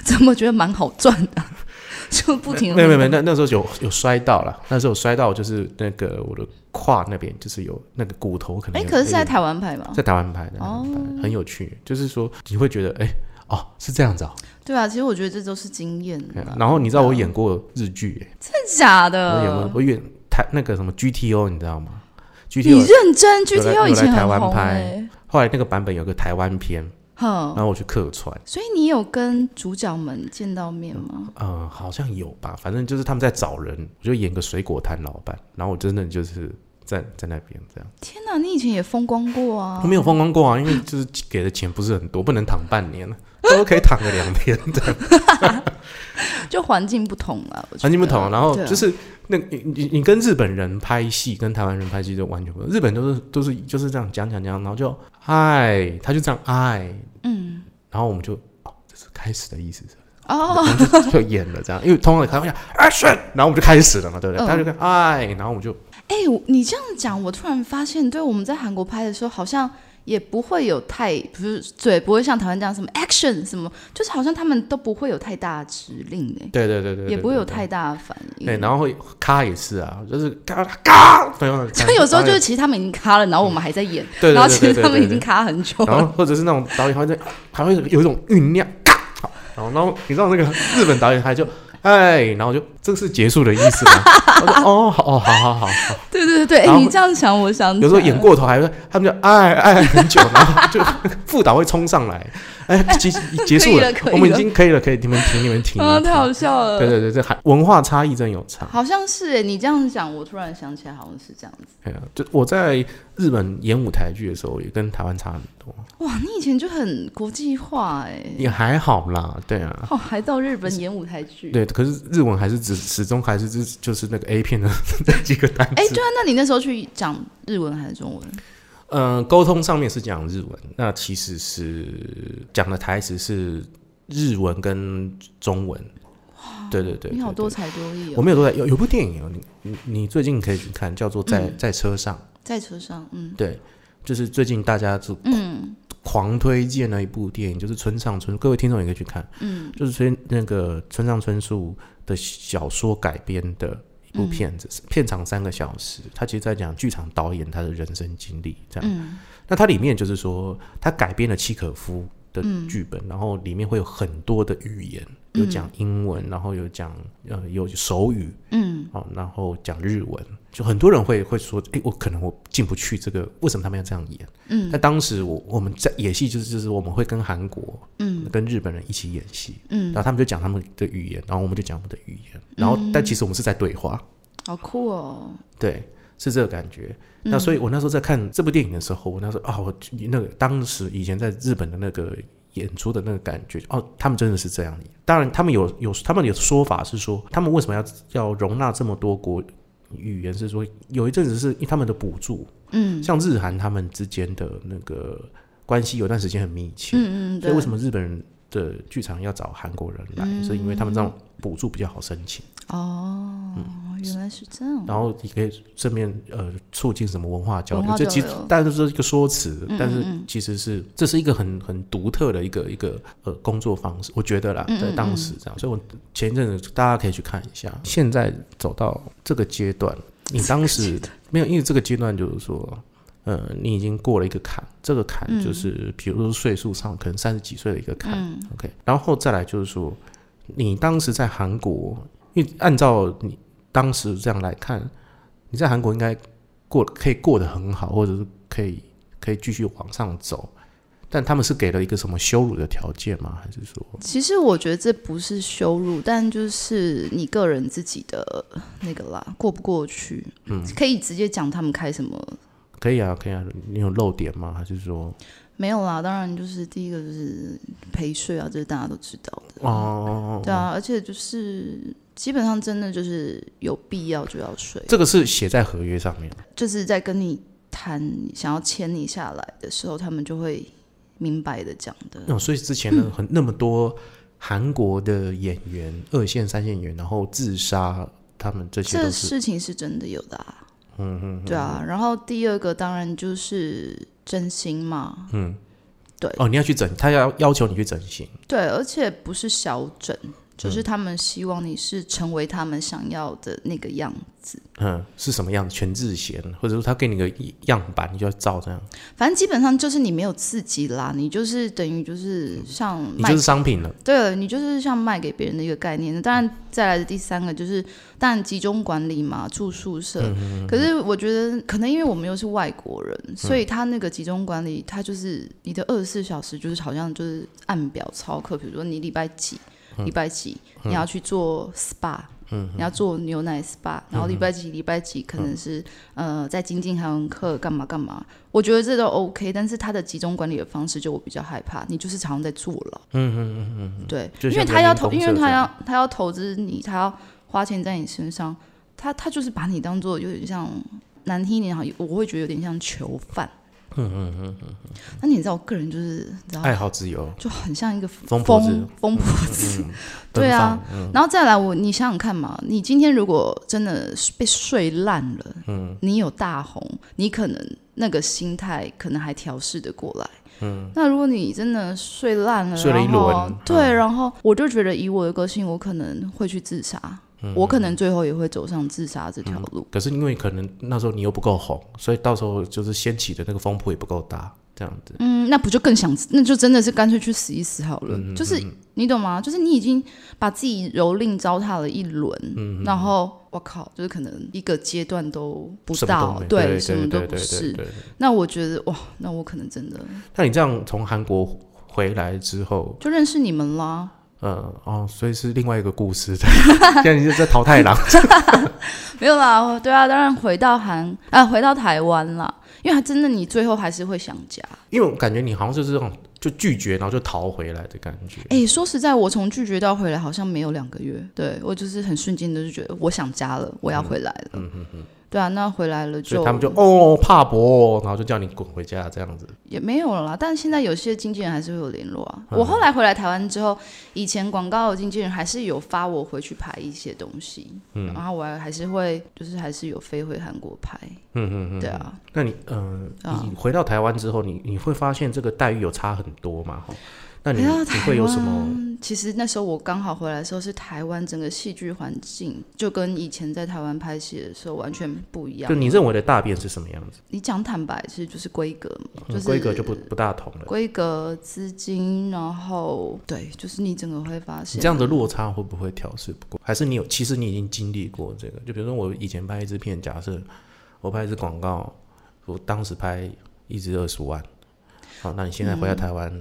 Speaker 2: 怎么觉得蛮好赚的 啊？就不停地
Speaker 1: 没有没有没有，那那时候有有摔到了，那时候有摔到就是那个我的胯那边就是有那个骨头可能
Speaker 2: 哎，
Speaker 1: 有，
Speaker 2: 可是是在
Speaker 1: 有
Speaker 2: 台湾哦拍吗？
Speaker 1: 在台湾拍的，在台湾拍的很有趣，就是说你会觉得哎。哦，是这样子啊、
Speaker 2: 对啊，其实我觉得这都是经验啊，
Speaker 1: 然后你知道我演过日剧、哎
Speaker 2: 真的假
Speaker 1: 我演过
Speaker 2: 的？
Speaker 1: 我演台那个什么 GTO，你知道吗
Speaker 2: 你
Speaker 1: ？GTO
Speaker 2: 认真
Speaker 1: 有来
Speaker 2: ，GTO 以
Speaker 1: 有来
Speaker 2: 前
Speaker 1: 台
Speaker 2: 很
Speaker 1: 湾
Speaker 2: 红
Speaker 1: 拍嗯
Speaker 2: 哎，
Speaker 1: 后来那个版本有个台湾片，然
Speaker 2: 哼，
Speaker 1: 后我去客串，
Speaker 2: 所以你有跟主角们见到面吗？
Speaker 1: 嗯、好像有吧，反正就是他们在找人，我就演个水果摊老板，然后我真的就是在在那边这样，
Speaker 2: 天哪，你以前也风光过啊
Speaker 1: 我！没有风光过啊，因为就是给的钱不是很多，不能躺半年了，都可以躺个两天这样，
Speaker 2: 就环境不同了，我觉
Speaker 1: 完全不
Speaker 2: 得
Speaker 1: 同。然后
Speaker 2: 对啊
Speaker 1: 就是那你你你跟日本人拍戏，跟台湾人拍戏就完全不同，日本都是都是就是这样讲讲讲，然后就嗨，他就这样嗨，
Speaker 2: 嗯，
Speaker 1: 然后我们就哦，这是开始的意思，
Speaker 2: 哦，
Speaker 1: 就演了这样，因为通常开玩笑 action，然后我们就开始了嘛，对不对？
Speaker 2: 嗯
Speaker 1: 他就跟哎，然后我们就
Speaker 2: 哎、我你这样讲，我突然发现，对我们在韩国拍的时候，好像也不会有太，不是对，不会像台湾这样什么 action 什么，就是好像他们都不会有太大的指令哎、
Speaker 1: 对对对对，对
Speaker 2: 也不会有太大的反应。
Speaker 1: 对，然后会咔也是啊，就是咔咔，没有，
Speaker 2: 就有时候就是其实他们已经卡了，然后我们还在演，
Speaker 1: 对对对
Speaker 2: 然后其
Speaker 1: 对
Speaker 2: 实
Speaker 1: 对
Speaker 2: 他们
Speaker 1: 对
Speaker 2: 已经卡很久
Speaker 1: 然后
Speaker 2: 了。
Speaker 1: 或者是那种导演还会在还会有一种酝酿咔，好，然后然后你知道那个日本导演他就哎，然后就这是结束的意思吗？我说 哦，好哦，好好好好。
Speaker 2: 对对对对，
Speaker 1: 然
Speaker 2: 哎、
Speaker 1: 后
Speaker 2: 你这样想，我想
Speaker 1: 有时候
Speaker 2: 起来
Speaker 1: 演
Speaker 2: 了
Speaker 1: 过头还会，他们就哎哎很久，然后就副导会冲上来，哎结结束
Speaker 2: 可以了可以了
Speaker 1: 我们已经可以了，可以你们停，你们停，
Speaker 2: 啊，
Speaker 1: 你们
Speaker 2: 太好笑了。
Speaker 1: 停对对对，这还文化差异真有差。
Speaker 2: 好像是哎、你这样讲，我突然想起来，好像是这样子。
Speaker 1: 哎呀，就我在日本演舞台剧的时候，也跟台湾差很多，
Speaker 2: 哇，你以前就很国际化哎、
Speaker 1: 也还好啦，对啊。
Speaker 2: 哦，还到日本演舞台剧。
Speaker 1: 对，可是日文还是只始终还是就是就是那个 A 片的那几个单
Speaker 2: 哎、
Speaker 1: 词。
Speaker 2: 对啊，那你那时候去讲日文还是中文？
Speaker 1: 嗯、沟通上面是讲日文，那其实是讲的台词是日文跟中文。对对对，
Speaker 2: 哦你好
Speaker 1: 对
Speaker 2: 多才多艺
Speaker 1: 我
Speaker 2: 哦，
Speaker 1: 没有都在有有部电影哦，你你你最近可以去看，叫做在、
Speaker 2: 嗯
Speaker 1: 在车上，
Speaker 2: 在车上，嗯
Speaker 1: 对，就是最近大家就
Speaker 2: 嗯，
Speaker 1: 狂推荐了一部电影，就是村上春，各位听众也可以去看，嗯，就是村那个村上春树的小说改编的一部片子，片长三个小时，他其实在讲剧场导演他的人生经历，这样，那它里面就是说他改编了契可夫的剧本，然后里面会有很多的语言，有讲英文，然后有讲呃有手语，嗯，哦，然后讲日文，就很多人会会说，哎、我可能我进不去这个，为什么他们要这样演？嗯，但当时我我们在演戏就是就是我们会跟韩国，嗯，跟日本人一起演戏，嗯，嗯然后他们就讲他们的语言，然后我们就讲我们的语言，然后、但其实我们是在对话，
Speaker 2: 好酷哦，
Speaker 1: 对，是这个感觉。那所以，我那时候在看这部电影的时候，我那时候啊，我那个当时以前在日本的那个演出的那个感觉，哦，他们真的是这样演。当然，他们有有他们有说法是说，他们为什么要要容纳这么多国语言？是说有一阵子是因为他们的补助，嗯，像日韩他们之间的那个关系有段时间很密切，
Speaker 2: 嗯嗯，
Speaker 1: 所以
Speaker 2: 对
Speaker 1: 为，什么日本人的剧场要找韩国人来？
Speaker 2: 嗯
Speaker 1: 是因为他们这种补助比较好申请。嗯
Speaker 2: 哦，原来是这样，
Speaker 1: 然后你可以顺便呃促进什么文化交
Speaker 2: 文
Speaker 1: 流，
Speaker 2: 化
Speaker 1: 这
Speaker 2: 交
Speaker 1: 其实
Speaker 2: 流嗯
Speaker 1: 但是这是一个说辞，但是其实是这是一个很很独特的一个一个呃工作方式，我觉得啦，
Speaker 2: 嗯
Speaker 1: 在当时这样，所以我前一阵子大家可以去看一下。现在走到这个阶段，你当时没有，因为这个阶段就是说。呃，你已经过了一个坎，这个坎就是，比如说岁数上可能三十几岁的一个坎、o k 然后再来就是说，你当时在韩国，因为按照你当时这样来看，你在韩国应该过可以过得很好，或者是可以可以继续往上走，但他们是给了一个什么羞辱的条件吗？还是说
Speaker 2: 其实我觉得这不是羞辱，但就是你个人自己的那个啦，过不过去，嗯，可以直接讲他们开什么。
Speaker 1: 可以啊，可以啊，你有漏点吗？还是说
Speaker 2: 没有啦，当然就是第一个就是陪睡啊，这是大家都知道的。
Speaker 1: 哦，
Speaker 2: 对啊，而且就是基本上真的就是有必要就要睡，
Speaker 1: 这个是写在合约上面，
Speaker 2: 就是在跟你谈想要签你下来的时候，他们就会明白的讲的。
Speaker 1: 哦，所以之前呢，很那么多韩国的演员，二线、三线演员，然后自杀，他们这些
Speaker 2: 这
Speaker 1: 都是
Speaker 2: 事情是真的有的啊。嗯嗯，对啊。然后第二个当然就是真心嘛，
Speaker 1: 嗯哦，你要去整，他要要求你去整形，
Speaker 2: 对，而且不是小整，
Speaker 1: 嗯
Speaker 2: 就是他们希望你是成为他们想要的那个样子。
Speaker 1: 嗯，是什么样子？全智贤，或者说他给你个样板，你就要照这样，
Speaker 2: 反正基本上就是你没有刺激啦，你就是等于就是像
Speaker 1: 嗯你
Speaker 2: 卖
Speaker 1: 就是商品了。
Speaker 2: 对了，你就是像卖给别人的一个概念。当然，再来的第三个就是，当然集中管理嘛，住宿舍。可是我觉得，可能因为我们又是外国人，所以他那个集中管理，他就是你的二十四小时，就是好像就是按表操课。比如说你礼拜几，礼拜几你要去做 SPA。你要做牛奶 SPA，然后礼拜几礼拜几可能是、呃在精进韩文课干嘛干嘛，我觉得这都 OK，但是他的集中管理的方式就我比较害怕，你就是常常在坐牢。嗯嗯嗯嗯，对，
Speaker 1: 就
Speaker 2: 因
Speaker 1: 像
Speaker 2: 为他要投，
Speaker 1: 人工
Speaker 2: 因
Speaker 1: 智能
Speaker 2: 为
Speaker 1: 这
Speaker 2: 他
Speaker 1: 样
Speaker 2: 要他要投资你，他要花钱在你身上，他他就是把你当做有点像难听一点好，我会觉得有点像囚犯。嗯嗯嗯嗯。那你知道，我个人就是你知道
Speaker 1: 爱好自由，
Speaker 2: 就很像一个
Speaker 1: 疯婆子嗯
Speaker 2: 疯疯婆子，
Speaker 1: 奔
Speaker 2: 对啊
Speaker 1: 放，嗯
Speaker 2: 然后再来我，你想想看嘛，你今天如果真的是被睡烂了，嗯，你有大红，你可能那个心态可能还调试得过来，嗯，那如果你真的睡烂了，
Speaker 1: 睡了一
Speaker 2: 然后
Speaker 1: 轮嗯
Speaker 2: 对，然后我就觉得以我的个性，我可能会去自杀，
Speaker 1: 嗯
Speaker 2: 我可能最后也会走上自杀这条路，
Speaker 1: 可是因为可能那时候你又不够红，所以到时候就是掀起的那个风波也不够大，这样子。
Speaker 2: 嗯，那不就更想，那就真的是干脆去死一死好了。
Speaker 1: 嗯
Speaker 2: 就是你懂吗？就是你已经把自己蹂躏糟蹋了一轮，
Speaker 1: 嗯
Speaker 2: 然后我靠，就是可能一个阶段都不
Speaker 1: 什么都
Speaker 2: 到
Speaker 1: 没，对
Speaker 2: 对，
Speaker 1: 对
Speaker 2: 什么都
Speaker 1: 对
Speaker 2: 不
Speaker 1: 对
Speaker 2: 是。
Speaker 1: 对对
Speaker 2: 那我觉得哇，那我可能真的
Speaker 1: 那你这样从韩国回来之后，
Speaker 2: 就认识你们啦。
Speaker 1: 呃，哦，所以是另外一个故事。 现在你就在淘汰狼，
Speaker 2: 没有啦，对啊，当然回到韩啊，回到台湾啦，因为还真的你最后还是会想家。
Speaker 1: 因为我感觉你好像就是这种就拒绝，然后就逃回来的感觉。
Speaker 2: 哎、说实在，我从拒绝到回来好像没有两个月，对我就是很瞬间的就觉得我想家了，
Speaker 1: 嗯
Speaker 2: 我要回来了。对啊，那回来了
Speaker 1: 所
Speaker 2: 就
Speaker 1: 以他们就哦怕博哦，然后就叫你滚回家这样子。
Speaker 2: 也没有了啦。但现在有些经纪人还是会有联络啊。
Speaker 1: 嗯
Speaker 2: 我后来回来台湾之后，以前广告的经纪人还是有发我回去拍一些东西，
Speaker 1: 嗯
Speaker 2: 然后我还是会就是还是有飞回韩国拍。嗯嗯嗯，对啊，
Speaker 1: 那你呃，
Speaker 2: 啊
Speaker 1: 你回到台湾之后，你你会发现这个待遇有差很多嘛？吼那你
Speaker 2: 回到
Speaker 1: 你
Speaker 2: 台
Speaker 1: 会有什么？
Speaker 2: 湾其实那时候我刚好回来的时候，是台湾整个戏剧环境就跟以前在台湾拍戏的时候完全不一样
Speaker 1: 就。你认为的大便是什么样子？
Speaker 2: 你讲坦白，其实就是规格嘛，
Speaker 1: 嗯
Speaker 2: 就是
Speaker 1: 规格就不不大同了。
Speaker 2: 规格、资金，然后对，就是你整个会发
Speaker 1: 你
Speaker 2: 现
Speaker 1: 这样的落差会不会调试不过？还是你有？其实你已经经历过这个。就比如说我以前拍一支片，假设我拍一支广告，我当时拍一支二十万，好，那你现在回到台湾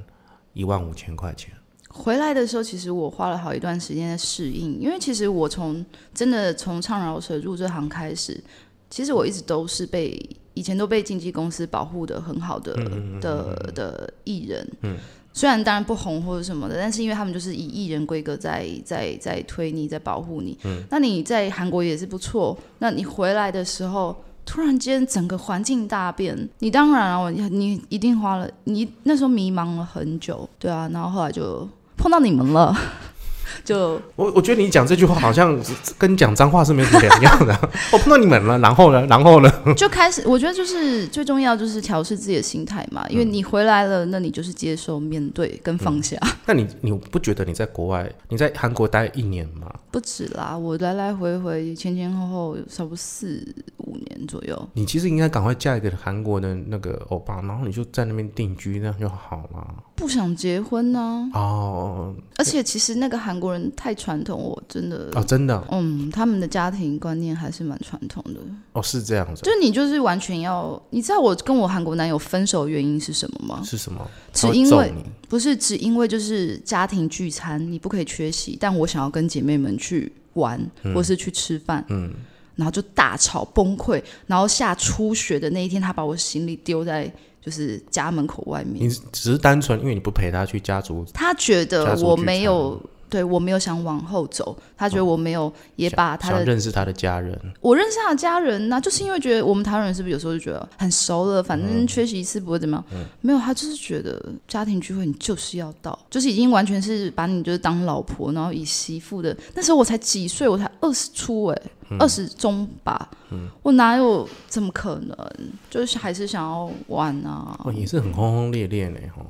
Speaker 1: 一万五千块钱，
Speaker 2: 回来的时候，其实我花了好一段时间在适应，因为其实我从真的从唱饶舌入这行开始，其实我一直都是被以前都被经纪公司保护的很好的的的艺人，嗯，虽然当然不红或者什么的，但是因为他们就是以艺人规格在在在推你，在保护你，嗯，那你在韩国也是不错，那你回来的时候。突然间，整个环境大变，你当然啊，我你你一定花了，你那时候迷茫了很久，对啊，然后后来就碰到你们了， 就
Speaker 1: 我我觉得你讲这句话好像跟讲脏话是没有什么两样的。我碰到你们了，然后呢，然后呢？
Speaker 2: 就开始，我觉得就是最重要就是调试自己的心态嘛，因为你回来了，那你就是接受、面对跟放下，
Speaker 1: 那你你不觉得你在国外，你在韩国待一年吗？
Speaker 2: 不止啦，我来来回回前前后后差不多四五年左右。
Speaker 1: 你其实应该赶快嫁一个韩国的那个欧巴，然后你就在那边定居，那样就好了。
Speaker 2: 不想结婚呢、
Speaker 1: 哦
Speaker 2: 而且其实那个韩国人太传统，我真的，
Speaker 1: 哦，真的
Speaker 2: 嗯，他们的家庭观念还是蛮传统的。
Speaker 1: 哦，是这样子
Speaker 2: 就，你就是完全要，你知道我跟我韩国男友分手的原因是什么吗？
Speaker 1: 是什么？
Speaker 2: 是
Speaker 1: 他会
Speaker 2: 因
Speaker 1: 揍
Speaker 2: 为
Speaker 1: 你
Speaker 2: 不是只因为就是家庭聚餐你不可以缺席，但我想要跟姐妹们去玩，或是去吃饭，
Speaker 1: 嗯
Speaker 2: 然后就大吵崩溃，然后下初雪的那一天，他把我行李丢在就是家门口外面
Speaker 1: 你，只是单纯因为你不陪他去家族，
Speaker 2: 他觉
Speaker 1: 家
Speaker 2: 得
Speaker 1: 族
Speaker 2: 我
Speaker 1: 聚
Speaker 2: 没
Speaker 1: 餐哦
Speaker 2: 有。对我没有想往后走，他觉得我没有也把他
Speaker 1: 想
Speaker 2: 的
Speaker 1: 认识他的家人，
Speaker 2: 我认识他的家人呢、就是因为觉得我们台湾人是不是有时候就觉得很熟了，反正
Speaker 1: 嗯
Speaker 2: 缺席一次不会怎么样？没有，他就是觉得家庭聚会你就是要到，就是已经完全是把你就是当老婆，然后以媳妇的。那时候我才几岁，我才二十出哎、
Speaker 1: 嗯
Speaker 2: 二十中吧，我哪有怎么可能？就是还是想要玩啊，
Speaker 1: 哦哇，也是很轰轰烈烈呢哈。哇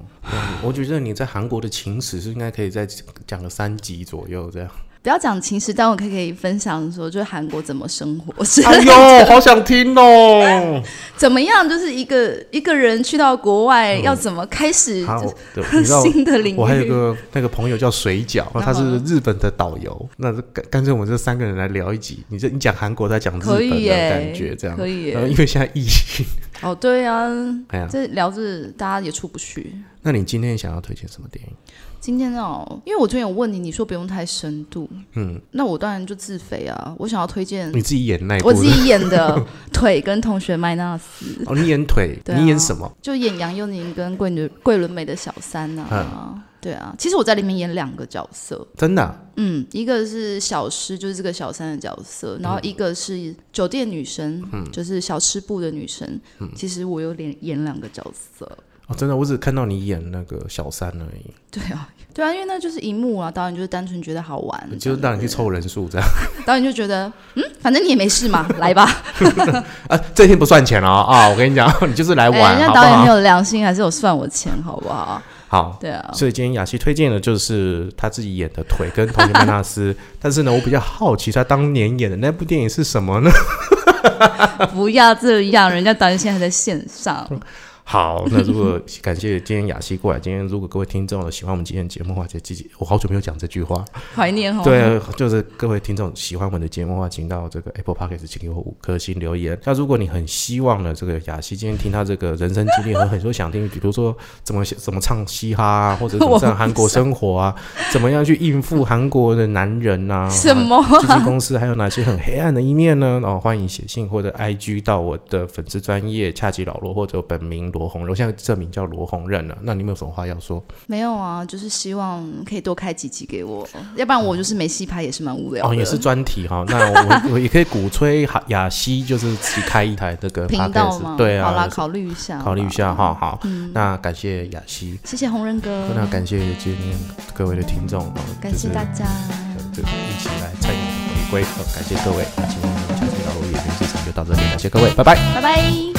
Speaker 1: 我觉得你在韩国的情史是应该可以再讲个三集左右这样。
Speaker 2: 不要讲情史，但我可以可以分享说，就是韩国怎么生活是、
Speaker 1: 哎呦，好想听哦！
Speaker 2: 怎么样，就是一个一个人去到国外、要怎么开始
Speaker 1: 嗯好
Speaker 2: 就是，
Speaker 1: 对，你知道
Speaker 2: 新的领域。
Speaker 1: 我还有个那个朋友叫水饺，他是日本的导游。那这干干脆我们这三个人来聊一集，你这你讲韩国，他讲日
Speaker 2: 可
Speaker 1: 本
Speaker 2: 以
Speaker 1: 的
Speaker 2: 耶，
Speaker 1: 感觉这样。
Speaker 2: 可以
Speaker 1: 然后
Speaker 2: 耶。
Speaker 1: 因为现在疫情，
Speaker 2: 哦，对啊，
Speaker 1: 哎呀，
Speaker 2: 这聊着大家也出不去。
Speaker 1: 那你今天想要推荐什么电影？
Speaker 2: 今天哦，因为我昨天有问你，你说不用太深度，
Speaker 1: 嗯，
Speaker 2: 那我当然就自肥啊。我想要推荐
Speaker 1: 你自己演那一部
Speaker 2: 我自
Speaker 1: 是
Speaker 2: 己演的 《腿》跟《同学麦娜丝》，
Speaker 1: 不是 哦，你演腿，
Speaker 2: 对啊
Speaker 1: 你演什么？
Speaker 2: 就演杨佑宁跟桂纶桂纶镁的小三
Speaker 1: 嗯
Speaker 2: 啊。对啊，其实我在里面演两个角色，
Speaker 1: 真的啊
Speaker 2: 嗯，一个是小诗，就是这个小三的角色，然
Speaker 1: 嗯
Speaker 2: 后一个是酒店女生，就是小吃部的女生。
Speaker 1: 嗯
Speaker 2: 其实我有演演两个角色，
Speaker 1: 哦，真的，我只看到你演那个小三而已，
Speaker 2: 对啊，对啊，因为那就是一幕啊，导演就是单纯觉得好玩，
Speaker 1: 就是让你去凑人数这样。
Speaker 2: 导演就觉得，嗯，反正你也没事嘛，来吧。
Speaker 1: 啊，这天不算钱了啊！啊我跟你讲， 你就是来玩，
Speaker 2: 哎人家
Speaker 1: 好不
Speaker 2: 导演没
Speaker 1: 好？
Speaker 2: 有良心，还是有算我钱，好不好？
Speaker 1: 好，
Speaker 2: 对啊，
Speaker 1: 所以今天雅琪推荐的就是她自己演的《腿》跟《同学麦纳 斯》，但是呢，我比较好奇她当年演的那部电影是什 么呢？
Speaker 2: 不要这样，人家导演现在还在线上，
Speaker 1: 好，那如果感谢今天雅琪过来，今天如果各位听众有喜欢我们今天的节目的话，就记记我好久没有讲这句话，
Speaker 2: 怀念哦。
Speaker 1: 对，啊就是各位听众喜欢我们的节目的话，请到这个 Apple Podcast 请给我五颗星留言。那如果你很希望呢，这个雅琪今天听她这个人生经历和很多想听，比如说怎么怎么唱嘻哈啊，或者怎么在韩国生活啊，怎么样去应付韩国的男人啊，
Speaker 2: 什么
Speaker 1: 经纪公司还有哪些很黑暗的一面呢？哦，欢迎写信或者 IG 到我的粉丝专业恰吉老罗或者我本名罗红，我现在证明叫罗红任了。那你们有什么话要说？
Speaker 2: 没有啊，就是希望可以多开几集给我，要不然我就是没戏拍也是蛮无聊的。
Speaker 1: 哦，也是专题哈、 那我我也可以鼓吹哈雅西就是自己开一台这个
Speaker 2: 频道
Speaker 1: podcast，
Speaker 2: 吗？
Speaker 1: 对
Speaker 2: 好啦，
Speaker 1: 啊，
Speaker 2: 考虑一下吧，嗯
Speaker 1: 考虑一下哈。好，那感谢雅西，
Speaker 2: 谢谢红人哥，
Speaker 1: 那感谢今天各位的听众哦，
Speaker 2: 感谢大家，
Speaker 1: 就是呃就一起来参与我们的回归，哦感谢各位。那今天恰吉老罗也就是场就到这里，感谢各位，拜拜。
Speaker 2: 拜拜。